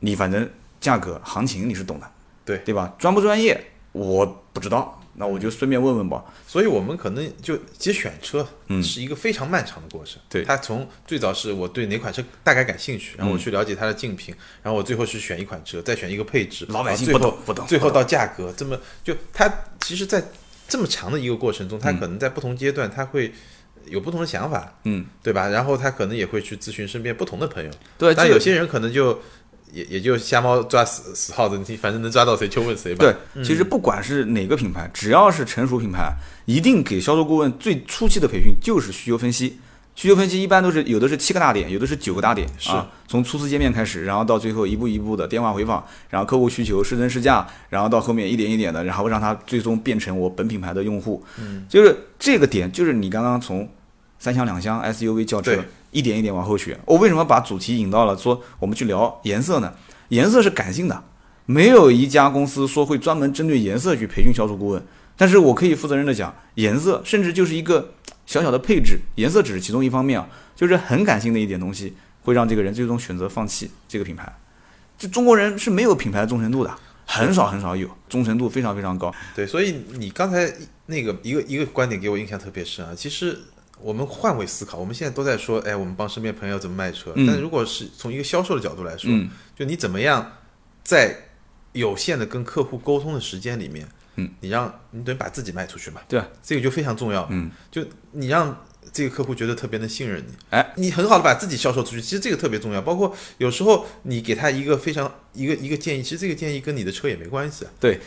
[SPEAKER 1] 你反正价格行情你是懂的，
[SPEAKER 2] 对嗯
[SPEAKER 1] 对吧？专不专业我不知道，那我就顺便问问吧。
[SPEAKER 2] 所以我们可能就其实选车，
[SPEAKER 1] 嗯
[SPEAKER 2] 是一个非常漫长的过程。
[SPEAKER 1] 对嗯
[SPEAKER 2] 它从最早是我对哪款车大概感兴趣，然后我去了解它的竞品，然后我最后是选一款车，再选一个配置，
[SPEAKER 1] 老百姓
[SPEAKER 2] 然后最
[SPEAKER 1] 不懂
[SPEAKER 2] 后
[SPEAKER 1] 不懂啊
[SPEAKER 2] 最后
[SPEAKER 1] 不懂
[SPEAKER 2] 到价格，这么就它其实，在这么长的一个过程中，它可能在不同阶段，它会有不同的想法，
[SPEAKER 1] 嗯，
[SPEAKER 2] 对吧？然后他可能也会去咨询身边不同的朋友，
[SPEAKER 1] 对
[SPEAKER 2] 但
[SPEAKER 1] 这个
[SPEAKER 2] 有些人可能就也也就瞎猫抓死死耗子，你反正能抓到谁就问谁吧。
[SPEAKER 1] 对，
[SPEAKER 2] 嗯
[SPEAKER 1] 其实不管是哪个品牌，只要是成熟品牌，一定给销售顾问最初期的培训就是需求分析。需求分析一般都是有的是七个大点，有的是九个大点，
[SPEAKER 2] 是
[SPEAKER 1] 啊，从初次见面开始，然后到最后一步一步的电话回访，然后客户需求试乘试驾，然后到后面一点一点的，然后让他最终变成我本品牌的用户。嗯，就是这个点，就是你刚刚从三厢两厢 SUV 轿车
[SPEAKER 2] 对
[SPEAKER 1] 一点一点往后选。我为什么把主题引到了说我们去聊颜色呢？颜色是感性的，没有一家公司说会专门针对颜色去培训销售顾问。但是我可以负责任的讲，颜色甚至就是一个小小的配置，颜色只是其中一方面啊，就是很感性的一点东西，会让这个人最终选择放弃这个品牌。就中国人是没有品牌忠诚度的，很少很少有，忠诚度非常非常高。
[SPEAKER 2] 对，所以你刚才那个一个一个观点给我印象特别深啊。其实我们换位思考，我们现在都在说，哎，我们帮身边朋友怎么卖车。
[SPEAKER 1] 嗯
[SPEAKER 2] 但如果是从一个销售的角度来说，
[SPEAKER 1] 嗯
[SPEAKER 2] 就你怎么样在有限的跟客户沟通的时间里面，
[SPEAKER 1] 嗯，
[SPEAKER 2] 你让你等于把自己卖出去嘛，
[SPEAKER 1] 对啊
[SPEAKER 2] 这个就非常重要。
[SPEAKER 1] 嗯，
[SPEAKER 2] 就你让这个客户觉得特别能信任你，
[SPEAKER 1] 哎，
[SPEAKER 2] 你很好的把自己销售出去，其实这个特别重要。包括有时候你给他一个非常一个一个建议，其实这个建议跟你的车也没关系啊。
[SPEAKER 1] 对，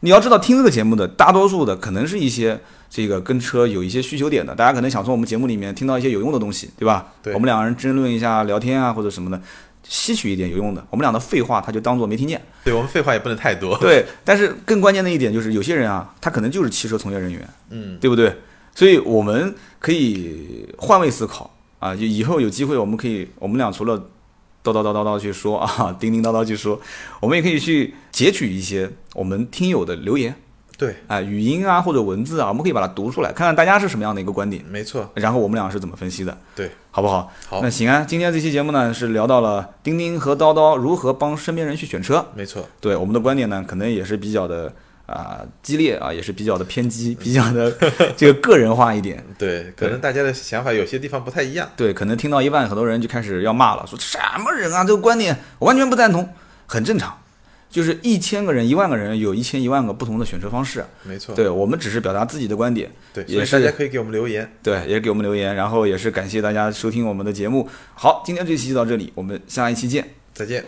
[SPEAKER 1] 你要知道听这个节目的大多数的可能是一些这个跟车有一些需求点的，大家可能想从我们节目里面听到一些有用的东西，对吧？
[SPEAKER 2] 对
[SPEAKER 1] 我们两个人争论一下、聊天啊或者什么的，吸取一点有用的。我们俩的废话他就当做没听见。
[SPEAKER 2] 对我们废话也不能太多。
[SPEAKER 1] 对，但是更关键的一点就是，有些人啊，他可能就是汽车从业人员，
[SPEAKER 2] 嗯，
[SPEAKER 1] 对不对？所以我们可以换位思考啊，就以后有机会，我们可以，我们俩除了叨叨叨叨叨去说啊，叮叮叨叨去说，我们也可以去截取一些我们听友的留言
[SPEAKER 2] 对，
[SPEAKER 1] 啊、语音啊或者文字啊，我们可以把它读出来，看看大家是什么样的一个观点，
[SPEAKER 2] 没错，
[SPEAKER 1] 然后我们俩是怎么分析的，
[SPEAKER 2] 对，
[SPEAKER 1] 好不好？
[SPEAKER 2] 好
[SPEAKER 1] 那行啊，今天这期节目呢是聊到了叮叮和叨叨如何帮身边人去选车。
[SPEAKER 2] 没错，
[SPEAKER 1] 对我们的观点呢，可能也是比较的啊、激烈啊，也是比较的偏激，比较 的这个个人化一点。
[SPEAKER 2] 对，可能大家的想法有些地方不太一样。
[SPEAKER 1] 对，可能听到一半，很多人就开始要骂了，说什么人啊，这个观点我完全不赞同，很正常。就是一千个人、一万个人，有一千一万个不同的选车方式。啊
[SPEAKER 2] 没错，
[SPEAKER 1] 对我们只是表达自己的观点，
[SPEAKER 2] 对，所
[SPEAKER 1] 也
[SPEAKER 2] 以大家
[SPEAKER 1] 是
[SPEAKER 2] 可以给我们留言。
[SPEAKER 1] 对，也给我们留言，然后也是感谢大家收听我们的节目。好，今天这期就到这里，我们下一期见。
[SPEAKER 2] 再见。